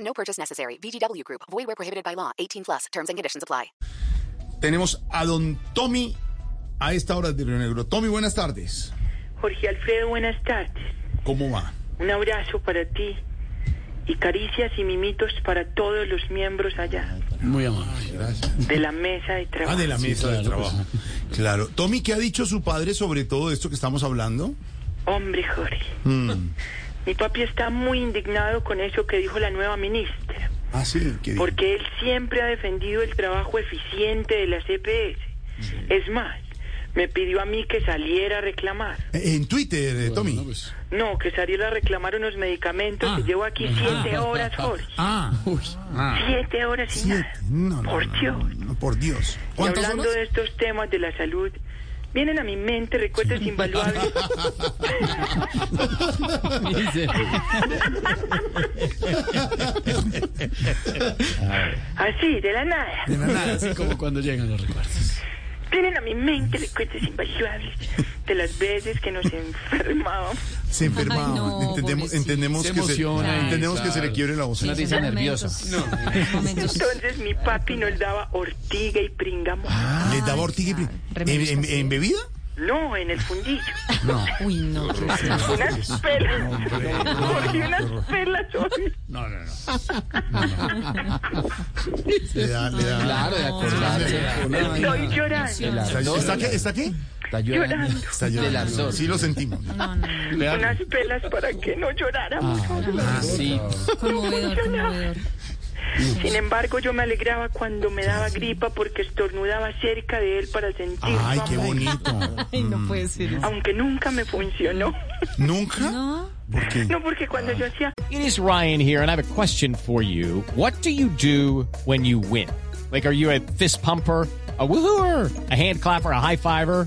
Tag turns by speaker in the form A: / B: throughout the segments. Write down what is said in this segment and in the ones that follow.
A: No purchase necessary. VGW Group. Void where prohibited by law. 18 plus. Terms and conditions apply.
B: Tenemos a don Tommy a esta hora de Río Negro. Tommy, buenas tardes.
C: Jorge Alfredo, buenas tardes.
B: ¿Cómo va?
C: Un abrazo para ti y caricias y mimitos para todos los miembros allá
D: Muy amable.
B: Gracias.
C: de la mesa de
B: Ah,
C: trabajo.
B: de la
D: Sí,
B: mesa de
D: claro, pues.
B: trabajo. Claro. Tommy, ¿qué ha dicho su padre sobre todo esto que estamos hablando?
C: Hombre, Jorge.
B: Mm.
C: Mi papi está muy indignado con eso que dijo la nueva ministra,
B: Ah, sí. ¿Qué dijo?
C: porque él siempre ha defendido el trabajo eficiente de las EPS. Es más, me pidió a mí que saliera a reclamar.
B: Eh, En Twitter, eh, Tommy.
D: No, pues.
C: No, que saliera a reclamar unos medicamentos
D: Ah.
C: que llevo aquí siete horas, Jorge.
B: Ah,
D: Uy.
C: Siete horas y
B: siete.
C: nada.
B: No, no,
C: Por
B: no, no,
C: Dios.
B: no, no, por Dios.
C: Y
B: ¿Cuántas
C: hablando
B: horas?
C: de estos temas de la salud, vienen a mi mente recuerdos invaluables.
D: Dice,
C: Así, de la nada.
B: De la nada.
D: Así como cuando llegan los recuerdos.
C: Vienen a mi mente recuerdos invaluables de las veces que nos enfermábamos.
B: Se enfermaba.
E: Ay, no,
B: entendemos
E: pobrecito.
B: entendemos,
D: Se
B: que, se,
D: emociona,
B: entendemos que se le
D: claro.
B: quiebre la voz.
D: Una risa
E: son
D: nerviosa.
E: momentos- momentos-
C: Entonces mi papi nos daba ortiga y pringamo.
B: ¿Le daba ortiga y pri-
E: remedios
B: ¿En, en- en bebida?
C: No, en el fundillo.
B: No.
E: Uy, no.
C: Unas perlas. Jorge, unas perlas. Jorge.
B: No, no, no. Le da, le da.
D: Claro, de acordarse.
C: Estoy llorando.
B: ¿Está, está qué? ¿Está qué?
D: Está
C: llorando.
B: Está
D: De las
B: llorando.
D: dos.
B: Sí, lo sentimos.
D: Le da-
C: Unas perlas para que no lloráramos.
D: Ah, sí.
E: Conmovedor, conmovedor.
C: Sin embargo, yo me alegraba cuando me daba gripa porque estornudaba cerca de él para sentir
B: Ay,
C: su
B: qué
C: amor.
B: bonito.
E: Ay, Mm, no puede ser. eso.
C: aunque nunca me funcionó.
B: ¿Nunca?
E: No.
B: ¿Por qué?
C: No, porque cuando yo hacía
F: It is Ryan here, and I have a question for you. What do you do when you win? Like, are you a fist pumper? A woohooer, a hand clapper, a high fiver.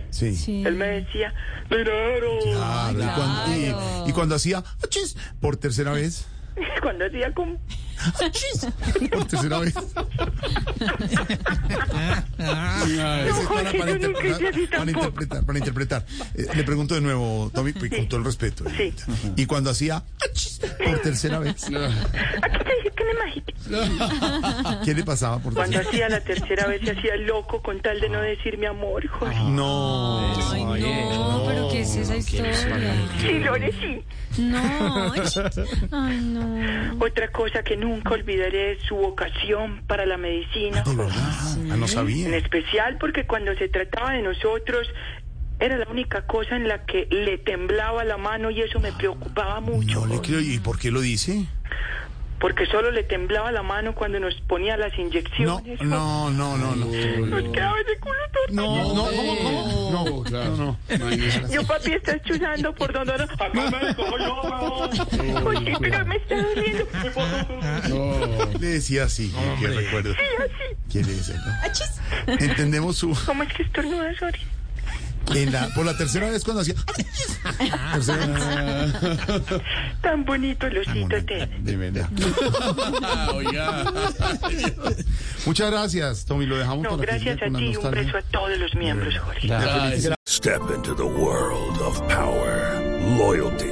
B: Sí.
C: él me decía dinero.
B: Claro, y cuando- y- Y, cuando hacía achis por tercera vez.
C: Cuando hacía como
B: Achis por tercera vez.
D: Ay,
B: Ese es
C: Jorge, yo
B: inter-
C: nunca hice así
B: para
C: tampoco.
B: interpretar. Para interpretar. Eh, le pregunto de nuevo, Tommy, pues, con todo el respeto.
C: Sí.
B: Y cuando hacía achis por tercera vez,
C: "Aquí te dije que me imagine".
B: ¿qué le pasaba por
C: Cuando
B: tercera vez?
C: hacía la tercera vez se hacía loco con tal de no decir mi amor, Jorge.
B: Ah, No.
E: Ay, no, pero ¿qué es esa historia?
C: Sí, Lore, sí.
E: No. ay, Ay, no.
C: Otra cosa que nunca olvidaré es su vocación para la medicina.
B: De verdad. Ah, no
C: En
B: sabía.
C: especial porque cuando se trataba de nosotros era la única cosa en la que le temblaba la mano y eso me preocupaba mucho.
B: No le creo. ¿Y por qué lo dice?
C: Porque solo le temblaba la mano cuando nos ponía las
B: No,
C: inyecciones.
B: no, no, no. no.
C: Nos quedaba ese culo torcido.
B: No, no, ¿cómo, cómo? No,
D: claro.
B: no,
C: Yo, papi, estás chuzando por donde no. Oye, pero me está doliendo.
B: no. Le decía así, que recuerdo. ¿Qué le dice? no?
C: Ah,
B: Entendemos su...
C: ¿Cómo es que estornudas, Ori?
B: En la, por la tercera vez cuando hacía... Tercera vez.
C: Tan bonito este. los hitos de él.
B: De verdad.
D: Ah, oiga.
B: Muchas gracias, Tommy. Lo dejamos
C: No,
B: para que
C: gracias
B: siga
C: a
B: con la
C: ti, un
B: nostalgia.
C: beso a todos los miembros, Jorge.
D: Ay, sí.
G: Step into the world of power, loyalty,